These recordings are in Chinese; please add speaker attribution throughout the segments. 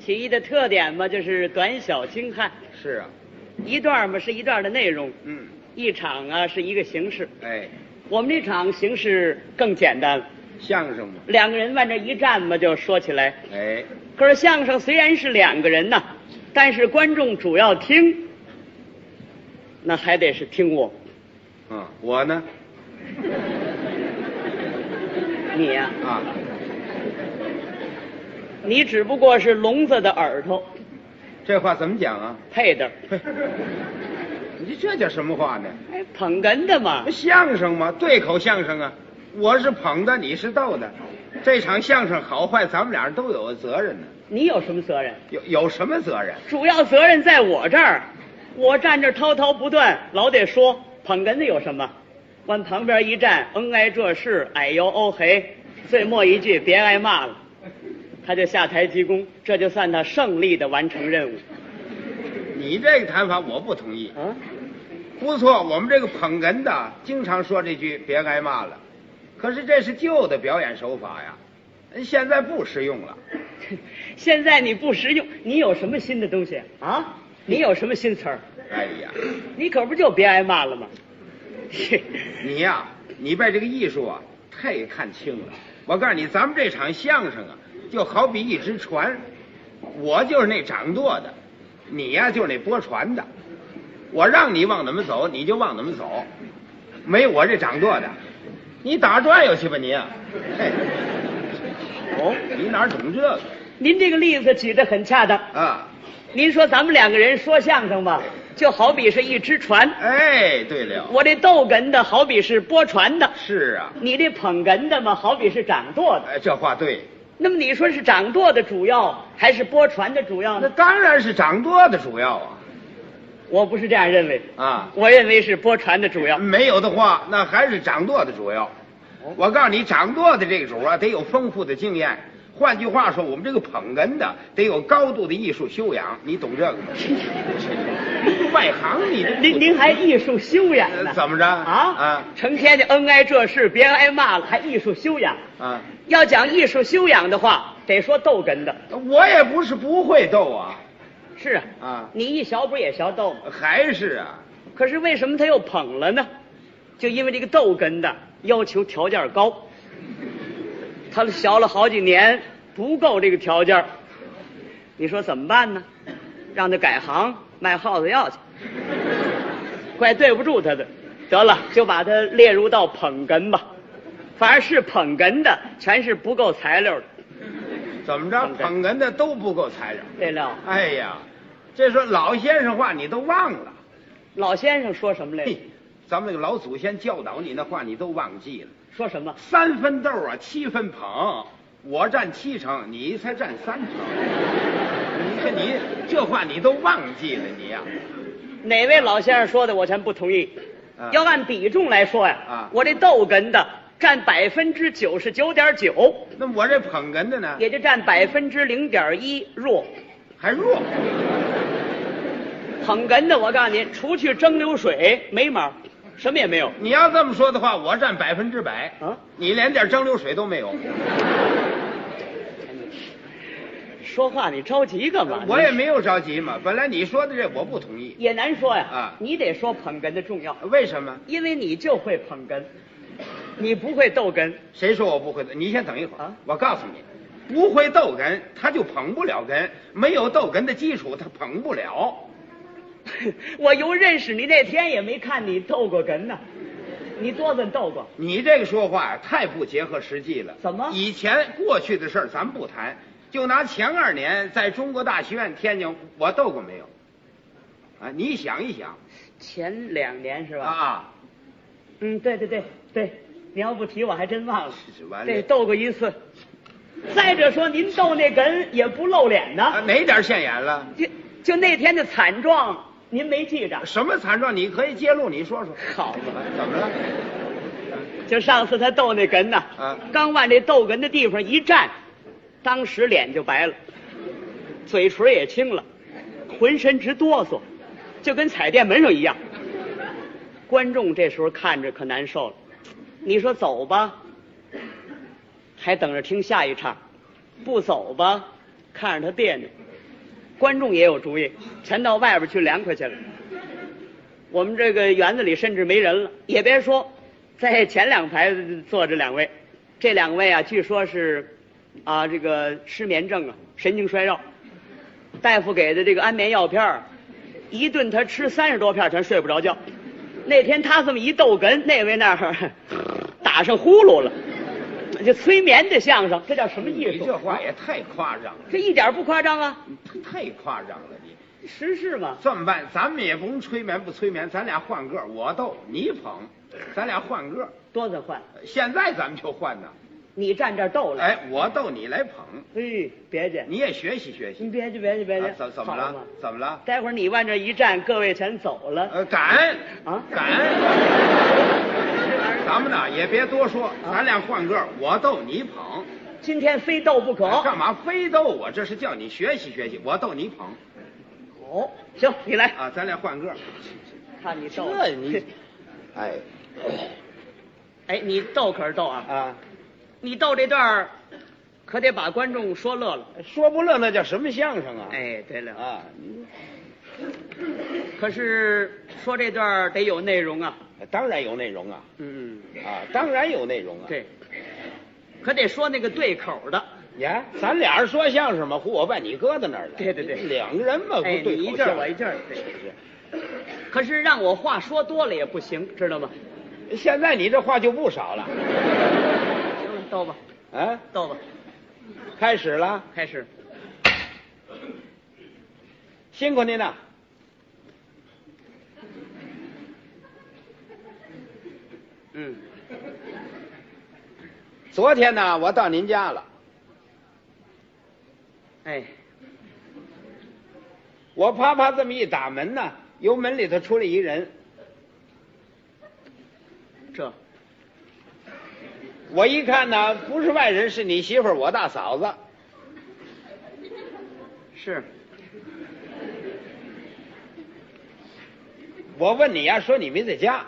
Speaker 1: 起义的特点嘛，就是短小精悍，
Speaker 2: 是啊，
Speaker 1: 一段嘛是一段的内容，
Speaker 2: 嗯，
Speaker 1: 一场啊是一个形式。
Speaker 2: 哎，
Speaker 1: 我们这场形式更简单了，
Speaker 2: 相声嘛，
Speaker 1: 两个人往这一站嘛就说起来。
Speaker 2: 哎，
Speaker 1: 可是相声虽然是两个人呐，但是观众主要听，那还得是听我，
Speaker 2: 嗯，我呢，
Speaker 1: 你呀、
Speaker 2: 啊，
Speaker 1: 你只不过是聋子的耳朵
Speaker 2: 这话怎么讲啊？
Speaker 1: 配的，
Speaker 2: 嘿你这叫什么话呢？
Speaker 1: 哎，捧哏的嘛
Speaker 2: 不。相声吗？对口相声啊，我是捧的，你是逗的。这场相声好坏，咱们俩人都有责任呢、
Speaker 1: 你有什么责任？
Speaker 2: 有有什么责任？
Speaker 1: 主要责任在我这儿，我站这儿滔滔不断，老得说捧哏的有什么？往旁边一站，嗯哎这是，哎呦哦嘿，最末一句别挨骂了，他就下台鞠躬，这就算他胜利的完成任务。
Speaker 2: 你这个谈法我不同意。
Speaker 1: 啊，
Speaker 2: 不错，我们这个捧哏的经常说这句“别挨骂了”，可是这是旧的表演手法呀，现在不实用了。
Speaker 1: 现在你不实用，你有什么新的东西啊？你有什么新词儿？
Speaker 2: 哎呀，
Speaker 1: 你可不就别挨骂了吗？ 嘿
Speaker 2: 你呀、你把这个艺术啊太看清了。我告诉你，咱们这场相声啊，就好比一只船，我就是那掌舵的，你呀、就是那拨船的。我让你往哪么走，你就往哪么走，没我这掌舵的，你打转悠去吧你、啊。嘿，哦，你哪儿懂这个
Speaker 1: 您这个例子举得很恰当。
Speaker 2: 啊？
Speaker 1: 您说咱们两个人说相声吧，就好比是一只船，
Speaker 2: 哎，对了，
Speaker 1: 我这逗哏的好比是拨船的，
Speaker 2: 是啊，
Speaker 1: 你这捧哏的嘛好比是掌舵的。
Speaker 2: 哎，这话对，
Speaker 1: 那么你说是掌舵的主要还是拨船的主要
Speaker 2: 那
Speaker 1: 呢？
Speaker 2: 当然是掌舵的主要啊
Speaker 1: 我不是这样认为，
Speaker 2: 啊。嗯
Speaker 1: 我认为是拨船的主要。
Speaker 2: 没有的话，那还是掌舵的主要。我告诉你，掌舵的这个主啊，得有丰富的经验。换句话说，我们这个捧哏的得有高度的艺术修养，你懂这个吗？ 外行你这
Speaker 1: 您您还艺术修养呢
Speaker 2: 呃？怎么着
Speaker 1: 啊
Speaker 2: 啊
Speaker 1: 成天的恩爱这事，别挨骂了，还艺术修养？
Speaker 2: 啊，
Speaker 1: 要讲艺术修养的话，得说逗哏的。
Speaker 2: 我也不是不会逗啊，
Speaker 1: 是啊，
Speaker 2: 啊
Speaker 1: 你一学不也学逗吗？
Speaker 2: 还是啊，
Speaker 1: 可是为什么他又捧了呢？就因为这个逗哏的要求条件高，他学了好几年不够这个条件，你说怎么办呢？让他改行卖耗子药去，怪对不住他的。得了，就把他列入到捧哏吧。凡是捧哏的，全是不够材料的。
Speaker 2: 怎么着，捧哏的都不够材料。
Speaker 1: 对了，
Speaker 2: 哎呀，这说老先生话你都忘了，
Speaker 1: 老先生说什么来着
Speaker 2: 嘿？，咱们那个老祖先教导你那话你都忘记了。
Speaker 1: 说什么？
Speaker 2: 三分豆啊，七分捧，我占七成，你才占三成。你看你这话你都忘记了你啊呀、
Speaker 1: 哪位老先生说的，我全不同意。
Speaker 2: 啊
Speaker 1: 要按比重来说呀，
Speaker 2: 啊
Speaker 1: 我这逗哏的占百分之九十九点九，
Speaker 2: 那我这捧哏的呢，
Speaker 1: 也就占百分之零点一弱。
Speaker 2: 还弱。
Speaker 1: 捧哏的，我告诉您，除去蒸馏水没毛，什么也没有。
Speaker 2: 你要这么说的话，我占百分之百
Speaker 1: 啊
Speaker 2: 你连点蒸馏水都没有，
Speaker 1: 说话你着急干嘛？
Speaker 2: 我也没有着急嘛。本来你说的这我不同意，
Speaker 1: 也难说呀。
Speaker 2: 啊
Speaker 1: 你得说捧哏的重要，
Speaker 2: 为什么？
Speaker 1: 因为你就会捧哏，你不会逗哏。
Speaker 2: 谁说我不会的？你先等一会儿
Speaker 1: 啊
Speaker 2: 我告诉你，不会逗哏，他就捧不了哏；没有逗哏的基础，他捧不了。
Speaker 1: 我由认识你那天也没看你逗过哏呢，你多问逗过。
Speaker 2: 你这个说话呀，太不结合实际了。
Speaker 1: 怎么
Speaker 2: 以前过去的事儿咱不谈，就拿前二年在中国大学院天津，我斗过没有？啊，你想一想
Speaker 1: 前两年是吧？
Speaker 2: 啊，
Speaker 1: 嗯，对对对对，你要不提我还真忘了
Speaker 2: 是完了。
Speaker 1: 对，斗过一次。再者说，您斗那哏也不露脸
Speaker 2: 啊
Speaker 1: 呐，
Speaker 2: 哪点现眼了？
Speaker 1: 就就那天的惨状，您没记着？
Speaker 2: 什么惨状？你可以揭露，你说说。
Speaker 1: 好
Speaker 2: 怎么怎么了？
Speaker 1: 就上次他斗那哏呐，
Speaker 2: 啊
Speaker 1: 刚往这斗哏的地方一站，当时脸就白了，嘴唇也青了，浑身直哆嗦，就跟踩电门上一样。观众这时候看着可难受了，你说走吧，还等着听下一场；不走吧，看着他别扭；观众也有主意，全到外边去凉快去了。我们这个园子里甚至没人了，也别说，在前两排坐着两位，这两位啊，据说是啊这个失眠症啊，神经衰弱，大夫给的这个安眠药片儿一顿他吃三十多片儿，全睡不着觉。那天他这么一逗哏，那位那儿 打上呼噜了，就催眠的相声，这叫什么艺
Speaker 2: 你
Speaker 1: 术？
Speaker 2: 这话也太夸张了，
Speaker 1: 这一点不夸张啊，
Speaker 2: 你太夸张了你。
Speaker 1: 实事嘛。
Speaker 2: 这么办，咱们也不用催眠不催眠，咱俩换个，我逗你捧，咱俩换个。
Speaker 1: 多子换，
Speaker 2: 现在咱们就换呢，
Speaker 1: 你站这儿逗来，
Speaker 2: 哎，我逗你来捧，
Speaker 1: 嘿，别介，
Speaker 2: 你也学习学习
Speaker 1: 你。别介，别介，别介
Speaker 2: 啊，怎怎么
Speaker 1: 哎好
Speaker 2: 了
Speaker 1: 嘛？
Speaker 2: 怎么了？
Speaker 1: 待会儿你往这一站，各位全走了。
Speaker 2: 呃，感恩
Speaker 1: 啊
Speaker 2: 感恩。 咱们呢也别多说，
Speaker 1: 啊
Speaker 2: 咱俩换个，我逗你捧。
Speaker 1: 今天非逗不可。
Speaker 2: 干嘛非逗我？这是叫你学习学习，我逗你捧
Speaker 1: 哦，行，你来，
Speaker 2: 啊！咱俩换个。
Speaker 1: 看你逗的。 嘿，
Speaker 2: 哎
Speaker 1: 哎，你逗可是逗啊！
Speaker 2: 啊，
Speaker 1: 你逗这段儿，可得把观众说乐了。
Speaker 2: 说不乐那叫什么相声啊？
Speaker 1: 哎，对了，
Speaker 2: 啊，
Speaker 1: 可是说这段儿得有内容啊。
Speaker 2: 当然有内容啊，
Speaker 1: 嗯，
Speaker 2: 啊，当然有内容啊。
Speaker 1: 对，可得说那个对口的。
Speaker 2: 你看，咱俩人说相声嘛，胡我把你搁到那儿了。
Speaker 1: 对对对
Speaker 2: 两个人嘛，不
Speaker 1: 哎，
Speaker 2: 对
Speaker 1: 你
Speaker 2: 口
Speaker 1: 一阵儿
Speaker 2: 相
Speaker 1: 我一
Speaker 2: 声
Speaker 1: 阵儿。对
Speaker 2: 是不
Speaker 1: 可是让我话说多了也不行，知道吗？
Speaker 2: 是？现在你这话就不少了，
Speaker 1: 行了，逗吧，
Speaker 2: 啊，
Speaker 1: 逗吧，
Speaker 2: 开始了，
Speaker 1: 开始。
Speaker 2: 辛苦您了。
Speaker 1: 嗯，
Speaker 2: 昨天呢，我到您家了，
Speaker 1: 哎，
Speaker 2: 我啪啪这么一打门呢，由门里头出来一人，
Speaker 1: 这
Speaker 2: 我一看呢，不是外人，是你媳妇儿，我大嫂子。
Speaker 1: 是
Speaker 2: 我问你呀、说你没在家，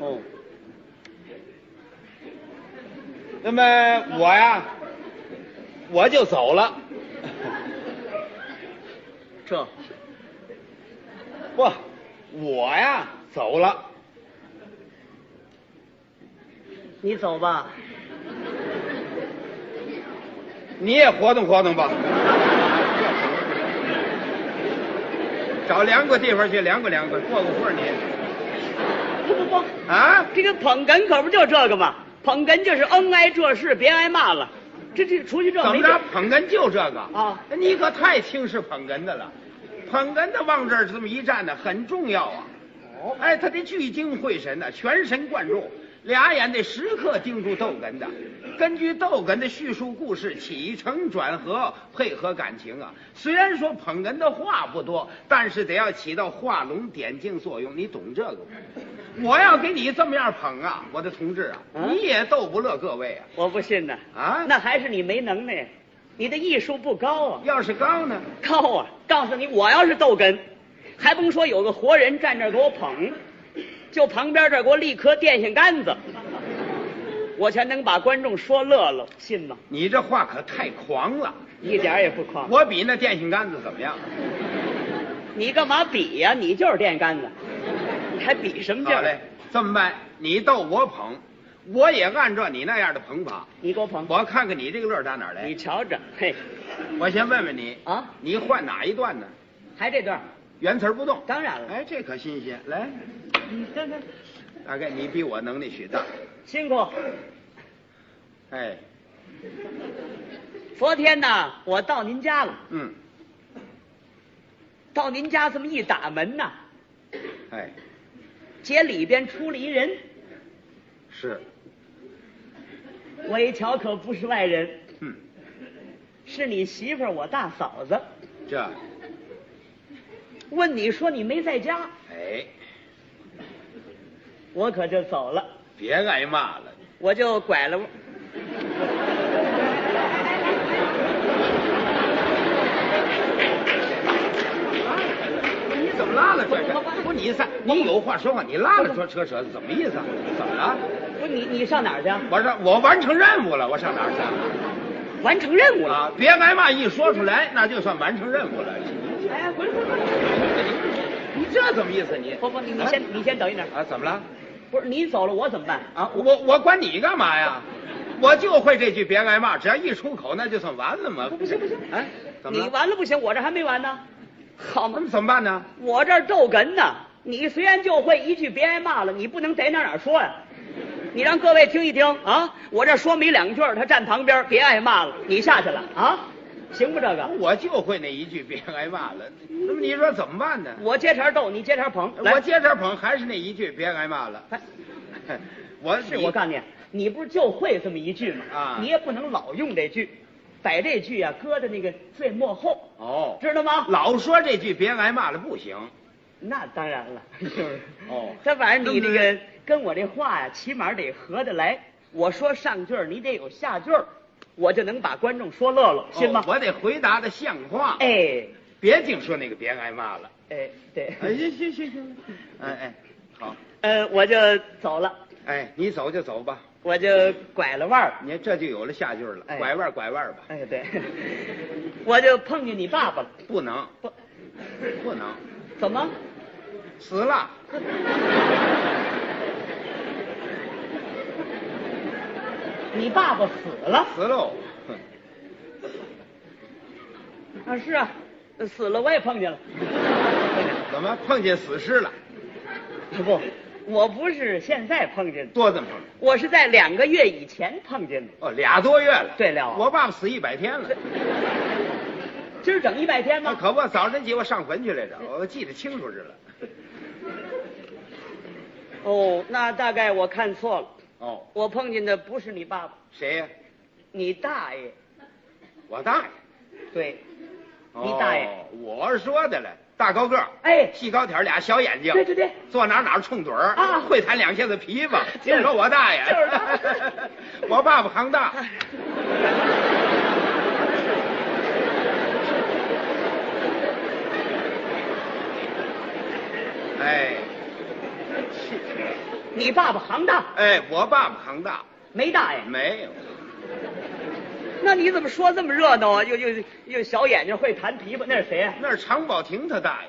Speaker 1: 哦，
Speaker 2: 那么我呀，我就走了。
Speaker 1: 这
Speaker 2: 不，我呀走了。
Speaker 1: 你走吧，
Speaker 2: 你也活动活动吧，找凉快地方去凉快凉快，过过会儿你
Speaker 1: 不不不，
Speaker 2: 啊，
Speaker 1: 这个捧哏可不就这个吗？捧哏就是恩挨这事，别挨骂了。这这出去这
Speaker 2: 怎
Speaker 1: 没
Speaker 2: 么着捧哏就这个
Speaker 1: 啊？
Speaker 2: 你可太轻视捧哏的了，捧哏的往这儿这么一站呢，很重要啊。
Speaker 1: 哦，
Speaker 2: 哎，他得聚精会神的，全神贯注，俩眼得时刻盯住逗哏的，根据逗哏的叙述故事起承转合，配合感情啊。虽然说捧哏的话不多，但是得要起到画龙点睛作用，你懂这个吗？我要给你这么样捧啊，我的同志啊，
Speaker 1: 嗯
Speaker 2: 你也逗不乐各位啊
Speaker 1: 我不信呐，
Speaker 2: 啊！
Speaker 1: 那还是你没能耐，你的艺术不高啊，
Speaker 2: 要是刚呢，
Speaker 1: 高啊！告诉你，我要是逗哏，还甭说有个活人站这儿给我捧，就旁边这儿给我立颗电线杆子，我全能把观众说乐了，信吗？
Speaker 2: 你这话可太狂了。
Speaker 1: 一点儿也不夸。
Speaker 2: 我比那电线杆子怎么样？
Speaker 1: 你干嘛比呀、你就是电线杆子，你还比什么劲
Speaker 2: 好
Speaker 1: 儿
Speaker 2: 嘞？，这么办，你逗我捧，我也按照你那样的捧法。
Speaker 1: 你给我捧，
Speaker 2: 我看看你这个乐儿打哪儿
Speaker 1: 你
Speaker 2: 来？
Speaker 1: 瞧着，嘿，
Speaker 2: 我先问问你，
Speaker 1: 啊，
Speaker 2: 你换哪一段呢？
Speaker 1: 还这段儿，
Speaker 2: 原词儿不动。
Speaker 1: 当然了，
Speaker 2: 哎，这可新鲜。来，你看看，大概你比我能力许大。
Speaker 1: 辛苦。
Speaker 2: 哎，
Speaker 1: 昨天呐，我到您家了，
Speaker 2: 嗯，
Speaker 1: 到您家这么一打门呐，
Speaker 2: 哎，
Speaker 1: 街里边出了一人，
Speaker 2: 是，
Speaker 1: 我一瞧可不是外人，
Speaker 2: 嗯，
Speaker 1: 是你媳妇儿，我大嫂子。
Speaker 2: 这，
Speaker 1: 问你说你没在家，
Speaker 2: 哎，
Speaker 1: 我可就走了，
Speaker 2: 别挨骂了。
Speaker 1: 我就拐了弯。
Speaker 2: 你怎么拉了这车？不，你散，你有话说话，你拉了车车车怎么意思啊？怎么了？
Speaker 1: 不，你你上哪儿去啊？
Speaker 2: 我上，我完成任务了，我上哪儿去啊？
Speaker 1: 完成任务了。
Speaker 2: 啊，别挨骂一说出来，那就算完成任务了。
Speaker 1: 哎，不是不是不
Speaker 2: 你这怎么意思？你
Speaker 1: 不不，你你先你先等一等，
Speaker 2: 啊？怎么了？
Speaker 1: 不是你走了我怎么办？
Speaker 2: 啊，我我管你干嘛呀？我就会这句别挨骂，只要一出口那就算完了嘛。
Speaker 1: 不不行不行，
Speaker 2: 哎，怎么
Speaker 1: 你
Speaker 2: 了？
Speaker 1: 完了不行，我这还没完呢，好
Speaker 2: 那
Speaker 1: 嘛
Speaker 2: 么，怎么办呢？
Speaker 1: 我这儿逗哏呢。你虽然就会一句别挨骂了，你不能逮哪儿哪儿说呀。你让各位听一听啊，我这说没两句儿，他站旁边，别挨骂了，你下去了啊，行不这个？
Speaker 2: 我就会那一句别挨骂了。那么你说怎么办呢？
Speaker 1: 我接茬逗，你接茬捧，来
Speaker 2: 呃我接着捧，还是那一句别挨骂了。
Speaker 1: 哎
Speaker 2: 我
Speaker 1: 是我告诉你，你不是就会这么一句吗？
Speaker 2: 啊
Speaker 1: 你也不能老用这句，把这句啊搁在那个最幕后，
Speaker 2: 哦，
Speaker 1: 知道吗？
Speaker 2: 老说这句别挨骂了不行。
Speaker 1: 那当然 了，
Speaker 2: 哦
Speaker 1: 这玩意儿你这
Speaker 2: 那
Speaker 1: 个跟我这话呀，起码得合得来。我说上句儿，你得有下句儿，我就能把观众说乐了，信吗
Speaker 2: 哦？我得回答的像话，
Speaker 1: 哎
Speaker 2: 别净说那个别挨骂了。
Speaker 1: 哎，对，
Speaker 2: 哎，行行行行，哎哎，好，
Speaker 1: 呃，我就走了，
Speaker 2: 哎，你走就走吧，
Speaker 1: 我就拐了弯儿。
Speaker 2: 你看这就有了下句了，
Speaker 1: 哎
Speaker 2: 拐弯儿拐弯儿吧，
Speaker 1: 哎，对， 我就碰见你爸爸了。
Speaker 2: 不能
Speaker 1: 不，
Speaker 2: 不能，
Speaker 1: 怎么？
Speaker 2: 死了，
Speaker 1: 你爸爸死了？
Speaker 2: 死喽，哼
Speaker 1: 啊，是啊，死了我也碰见了。
Speaker 2: 怎么碰见死尸了？
Speaker 1: 不，我不是现在碰见的，
Speaker 2: 多怎么碰？
Speaker 1: 我是在两个月以前碰见的。
Speaker 2: 哦，俩多月了，
Speaker 1: 对了
Speaker 2: 我爸爸死一百天了，
Speaker 1: 今儿整一百天
Speaker 2: 那
Speaker 1: 吗？
Speaker 2: 可不，早晨起我上坟去来
Speaker 1: 嗯
Speaker 2: 着，我记得清楚着了。
Speaker 1: 哦，那大概我看错了，
Speaker 2: 哦，
Speaker 1: 我碰见的不是你爸爸，
Speaker 2: 谁呀？
Speaker 1: 你大爷。
Speaker 2: 我大爷，
Speaker 1: 对，你大爷
Speaker 2: 哦，我说的了，大高个儿，
Speaker 1: 哎，
Speaker 2: 细高挑，俩小眼睛，
Speaker 1: 对对对，
Speaker 2: 坐哪儿哪儿冲盹儿
Speaker 1: 啊
Speaker 2: 会弹两下子 琵琶。
Speaker 1: 就是
Speaker 2: 你说我大爷，
Speaker 1: 就是他
Speaker 2: 我爸爸行大， 哎
Speaker 1: 你爸爸行大，
Speaker 2: 哎，我爸爸行大，
Speaker 1: 没大爷。
Speaker 2: 没有，
Speaker 1: 那你怎么说这么热闹啊？又又又小眼睛会弹琵琶，那是谁啊呀、
Speaker 2: 那是常宝霆他大爷，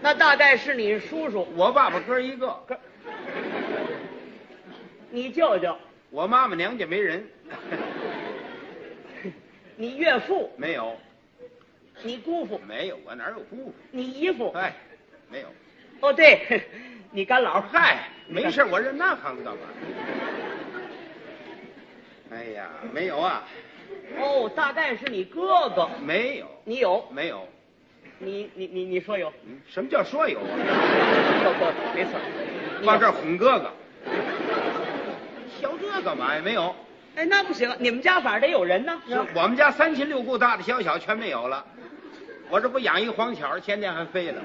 Speaker 1: 那大概是你叔叔，
Speaker 2: 我爸爸哥一个，
Speaker 1: 你舅舅，
Speaker 2: 我妈妈娘家没人，
Speaker 1: 你岳父，
Speaker 2: 没有
Speaker 1: 你姑父，
Speaker 2: 没有，我哪有姑父？
Speaker 1: 你姨父。
Speaker 2: 哎，没有，
Speaker 1: 哦，对， 你干老儿。
Speaker 2: 嗨，哎没事，我认那行干嘛？哎呀，没有啊，
Speaker 1: 哦，大概是你哥哥。
Speaker 2: 没有，
Speaker 1: 你有？
Speaker 2: 没有，
Speaker 1: 你你你你说有？
Speaker 2: 嗯什么叫说有啊？
Speaker 1: 有有，没错。你有
Speaker 2: 往这儿哄哥哥，笑这干嘛呀？没有，
Speaker 1: 哎，那不行，你们家反正得有人呢。
Speaker 2: 是我们家三亲六故大大小小全没有了。我这不养一黄巧儿，前天还飞了，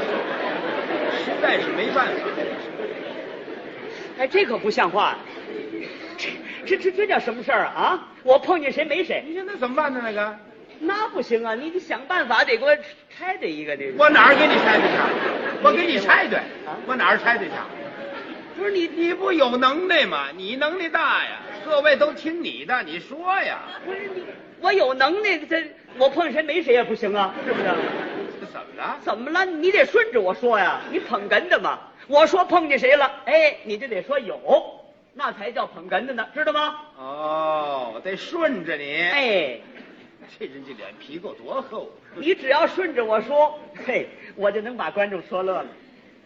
Speaker 2: 实在是没办法。
Speaker 1: 哎，这可不像话。这这这这叫什么事儿啊？啊，我碰见谁没谁，
Speaker 2: 你说那怎么办呢？那个，
Speaker 1: 那不行啊！你得想办法，得给我拆这一个这个。
Speaker 2: 我哪儿给你拆对去？我给你拆对
Speaker 1: 啊，
Speaker 2: 我哪儿拆对去？
Speaker 1: 不是你，
Speaker 2: 你不有能耐吗？你能力大呀，各位都听你的，你说呀，
Speaker 1: 不是你，我有能耐，这我碰见谁没谁也不行啊，是不是？
Speaker 2: 这怎么了？
Speaker 1: 怎么了？你得顺着我说呀，你捧哏的嘛。我说碰见谁了，哎，你就得说有，那才叫捧哏的呢，知道吗？
Speaker 2: 哦，得顺着你。，
Speaker 1: 哎，
Speaker 2: 这人这脸皮够多厚。
Speaker 1: 你只要顺着我说，嘿，我就能把观众说乐了。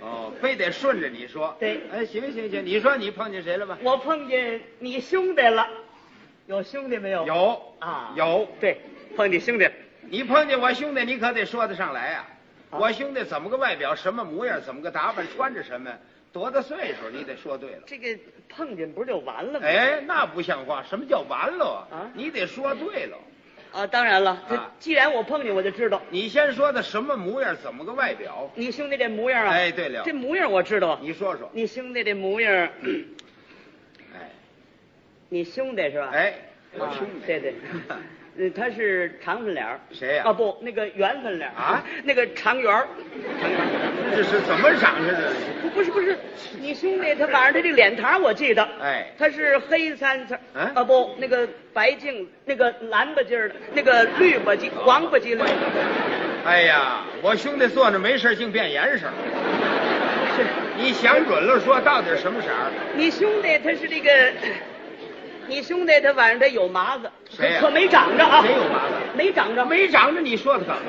Speaker 2: 哦，非得顺着你说。
Speaker 1: 对
Speaker 2: 哎，行行行，你说你碰见谁了吧？
Speaker 1: 我碰见你兄弟了，有兄弟没有？
Speaker 2: 有
Speaker 1: 啊
Speaker 2: 有。
Speaker 1: 对，碰见兄弟了。
Speaker 2: 你碰见我兄弟，你可得说得上来呀、
Speaker 1: 啊
Speaker 2: 我兄弟怎么个外表，什么模样，怎么个打扮，穿着什么，多大岁数，你得说对了。
Speaker 1: 这个碰见不是就完了吗？
Speaker 2: 哎，那不像话！什么叫完了
Speaker 1: 啊
Speaker 2: 你得说对了。
Speaker 1: 啊，当然了，这
Speaker 2: 啊
Speaker 1: 既然我碰见，我就知道
Speaker 2: 你先说的什么模样，怎么个外表？
Speaker 1: 你兄弟这模样啊。
Speaker 2: 哎，，对了
Speaker 1: 这，模样我知道。
Speaker 2: 你说说。
Speaker 1: 你兄弟这模样，
Speaker 2: 哎
Speaker 1: 你兄弟是吧？，
Speaker 2: 哎，我兄弟，
Speaker 1: 啊、对对，嗯，他是长粉脸儿
Speaker 2: 谁呀
Speaker 1: 啊不，那个圆粉脸儿
Speaker 2: 啊，
Speaker 1: 那个长圆儿，长圆儿
Speaker 2: 这是怎么赏识的？
Speaker 1: 不不是不是，你兄弟他晚上他这脸膛我记得，
Speaker 2: 哎
Speaker 1: 他是黑三色，
Speaker 2: 啊
Speaker 1: 啊不，那个白净，那个蓝吧唧儿的，那个绿吧
Speaker 2: 哦
Speaker 1: 唧，黄吧唧的，
Speaker 2: 哎呀，我兄弟坐着没事儿净变颜色儿，你想准了说到底是什么色儿？
Speaker 1: 你兄弟他是这个，你兄弟他晚上他有麻子，可
Speaker 2: 谁呀
Speaker 1: 可没长着啊，
Speaker 2: 谁有麻子？
Speaker 1: 没长着，
Speaker 2: 没长着，你说他干嘛？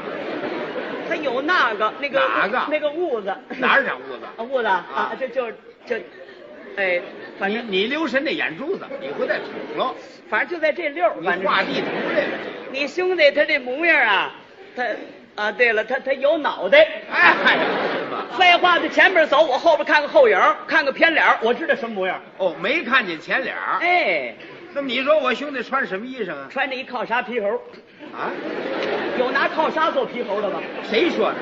Speaker 1: 他有那个那个
Speaker 2: 哪个
Speaker 1: 那个痦子，
Speaker 2: 哪儿长痦子？
Speaker 1: 啊痦子啊
Speaker 2: 啊
Speaker 1: 啊，这就就，哎，反
Speaker 2: 你
Speaker 1: 正
Speaker 2: 你留神那眼珠子，你回再捅喽，
Speaker 1: 反正就在这溜儿，
Speaker 2: 你
Speaker 1: 反正
Speaker 2: 画地图来了。
Speaker 1: 你兄弟他这模样啊，他啊，对了，他他有脑袋。
Speaker 2: 哎嗨，是吧
Speaker 1: 废话，他前边走，我后边看个后影，看个偏脸，我知道什么模样。
Speaker 2: 哦，没看见前脸儿。
Speaker 1: 哎，
Speaker 2: 那么你说我兄弟穿什么衣裳啊？
Speaker 1: 穿着一靠纱皮猴，
Speaker 2: 啊？
Speaker 1: 有拿靠纱做皮猴的吗？
Speaker 2: 谁说的？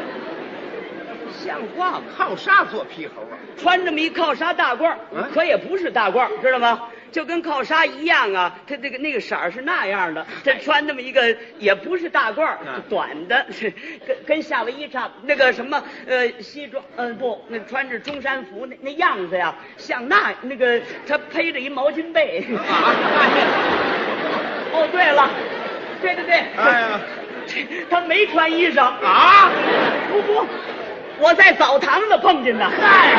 Speaker 1: 像话吗？
Speaker 2: 靠啥做皮猴啊？
Speaker 1: 穿这么一靠纱大褂儿
Speaker 2: 嗯，
Speaker 1: 可也不是大褂儿，知道吗？就跟靠纱一样啊，它这个那个色儿是那样的。这穿那么一个也不是大褂儿
Speaker 2: 哎嗯，
Speaker 1: 短的， 跟跟夏威夷差不那个什么呃西装，嗯、不，那穿着中山服那那样子呀，像那那个他披着一毛巾被。
Speaker 2: 啊
Speaker 1: 哦，对了，对对对，
Speaker 2: 哎呀，
Speaker 1: 他没穿衣裳啊，
Speaker 2: 啊！
Speaker 1: 不不，我在澡堂子碰见的，
Speaker 2: 哎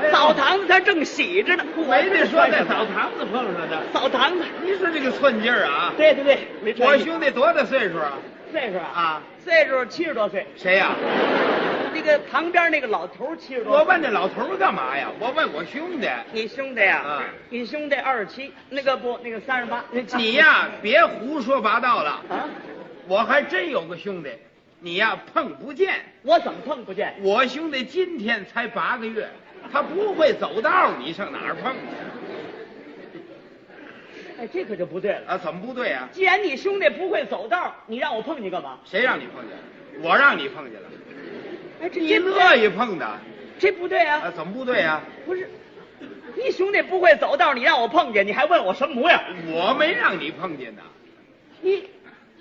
Speaker 1: 嗨、澡堂子他正洗着呢，
Speaker 2: 没得说，在澡堂子碰上的。
Speaker 1: 澡堂子，
Speaker 2: 你说这个寸劲儿啊！
Speaker 1: 对对对，没
Speaker 2: 我
Speaker 1: 穿衣
Speaker 2: 兄弟多大岁数啊？
Speaker 1: 岁数啊，
Speaker 2: 啊，
Speaker 1: 岁数七十多岁，
Speaker 2: 谁呀、
Speaker 1: 那个旁边那个老头七十多
Speaker 2: 我
Speaker 1: 岁。
Speaker 2: 问这老头儿干嘛呀？我问我兄弟。
Speaker 1: 你兄弟呀、
Speaker 2: 啊
Speaker 1: 你兄弟二十七，那个不，那个三十八，那
Speaker 2: 你呀，别胡说八道了。
Speaker 1: 啊，
Speaker 2: 我还真有个兄弟，你呀碰不见。
Speaker 1: 我怎么碰不见？
Speaker 2: 我兄弟今天才八个月，他不会走道，你上哪儿碰去
Speaker 1: 哎，这可就不对了。
Speaker 2: 啊？怎么不对啊？
Speaker 1: 既然你兄弟不会走道，你让我碰你干嘛？
Speaker 2: 谁让你碰见？我让你碰见了，
Speaker 1: 哎，这
Speaker 2: 你
Speaker 1: 这
Speaker 2: 乐意碰的
Speaker 1: 这不对啊！
Speaker 2: 啊？怎么不对啊？
Speaker 1: 不是，你兄弟不会走道，你让我碰见，你还问我什么模样？
Speaker 2: 我没让你碰见呢，
Speaker 1: 你，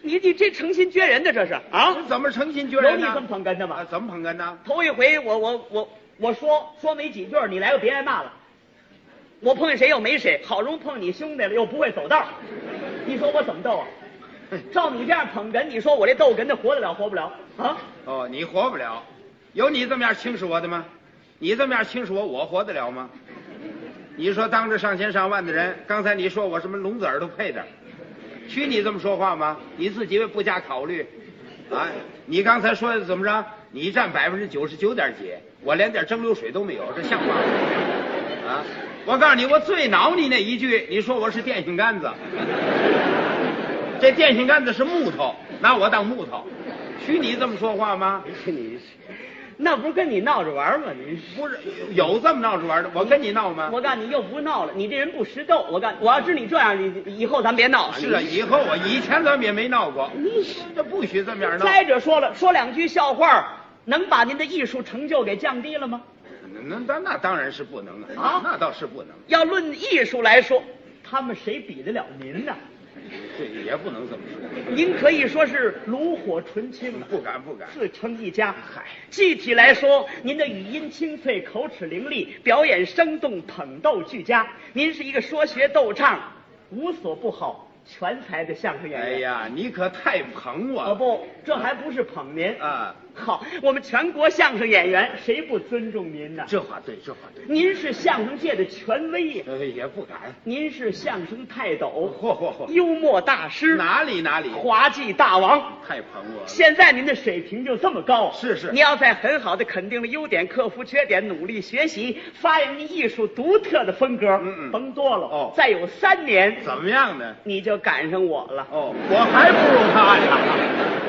Speaker 1: 你你这成心撅人的这是啊？
Speaker 2: 怎么成心撅
Speaker 1: 有
Speaker 2: 人
Speaker 1: 你
Speaker 2: 呢？
Speaker 1: 这么捧哏的
Speaker 2: 啊？
Speaker 1: 吗？
Speaker 2: 怎么捧哏呢？
Speaker 1: 头一回我我我我说说没几句儿，你来个别挨骂了。我碰见谁又没谁，好容易碰你兄弟了，又不会走道，你说我怎么逗啊？照你这样捧哏，你说我这逗哏的活得了活不了啊？
Speaker 2: 哦，你活不了，有你这么样轻视我的吗？你这么样轻视我，我活得了吗？你说当着上千上万的人，刚才你说我什么聋子耳朵配的，许你这么说话吗？你自己不加考虑，啊？你刚才说的怎么着？你占百分之九十九点几，我连点蒸馏水都没有，这像话吗？啊！我告诉你，我最恼你那一句，你说我是电线杆子， 这电线杆子是木头，拿我当木头，许你这么说话吗？
Speaker 1: 你那不是跟你闹着玩儿吗？你
Speaker 2: 不是有这么闹着玩的，我跟你闹吗？
Speaker 1: 我告诉你，又不闹了，你这人不识逗。我告诉你，我要知你这样，你你以后咱别闹了。
Speaker 2: 是啊，以后我以前咱们也没闹过，这不许这么样
Speaker 1: 你。
Speaker 2: 闹。
Speaker 1: 再者说了，说两句笑话，能把您的艺术成就给降低了吗？
Speaker 2: 那那那当然是不能啊，
Speaker 1: 啊
Speaker 2: 那倒是不能，
Speaker 1: 要论艺术来说，他们谁比得了您呢？
Speaker 2: 这也不能这么说，
Speaker 1: 您可以说是炉火纯青了，
Speaker 2: 不敢不敢。
Speaker 1: 自成一家。
Speaker 2: 嗨，
Speaker 1: 具体来说，您的语音清脆，口齿伶俐，表演生动，捧逗俱佳。您是一个说学逗唱无所不好全才的相声演员。
Speaker 2: 哎呀，你可太捧我
Speaker 1: 哦
Speaker 2: 了
Speaker 1: 不，这还不是捧您。
Speaker 2: 啊！
Speaker 1: 好，我们全国相声演员谁不尊重您呢？
Speaker 2: 这话对，这话对，
Speaker 1: 您是相声界的权威呀，
Speaker 2: 呃也不敢。
Speaker 1: 您是相声泰斗、
Speaker 2: 嚯嚯嚯！
Speaker 1: 幽默大师、
Speaker 2: 哪里哪里，
Speaker 1: 滑稽大王。
Speaker 2: 太捧我了。
Speaker 1: 现在您的水平就这么高，
Speaker 2: 是是
Speaker 1: 您要在很好的肯定了优点，克服缺点，努力学习，发扬您艺术独特的风格，
Speaker 2: 嗯嗯
Speaker 1: 甭多了。
Speaker 2: 哦
Speaker 1: 再有三年，
Speaker 2: 怎么样呢？
Speaker 1: 你就赶上我了。
Speaker 2: 哦，我还不如他呢。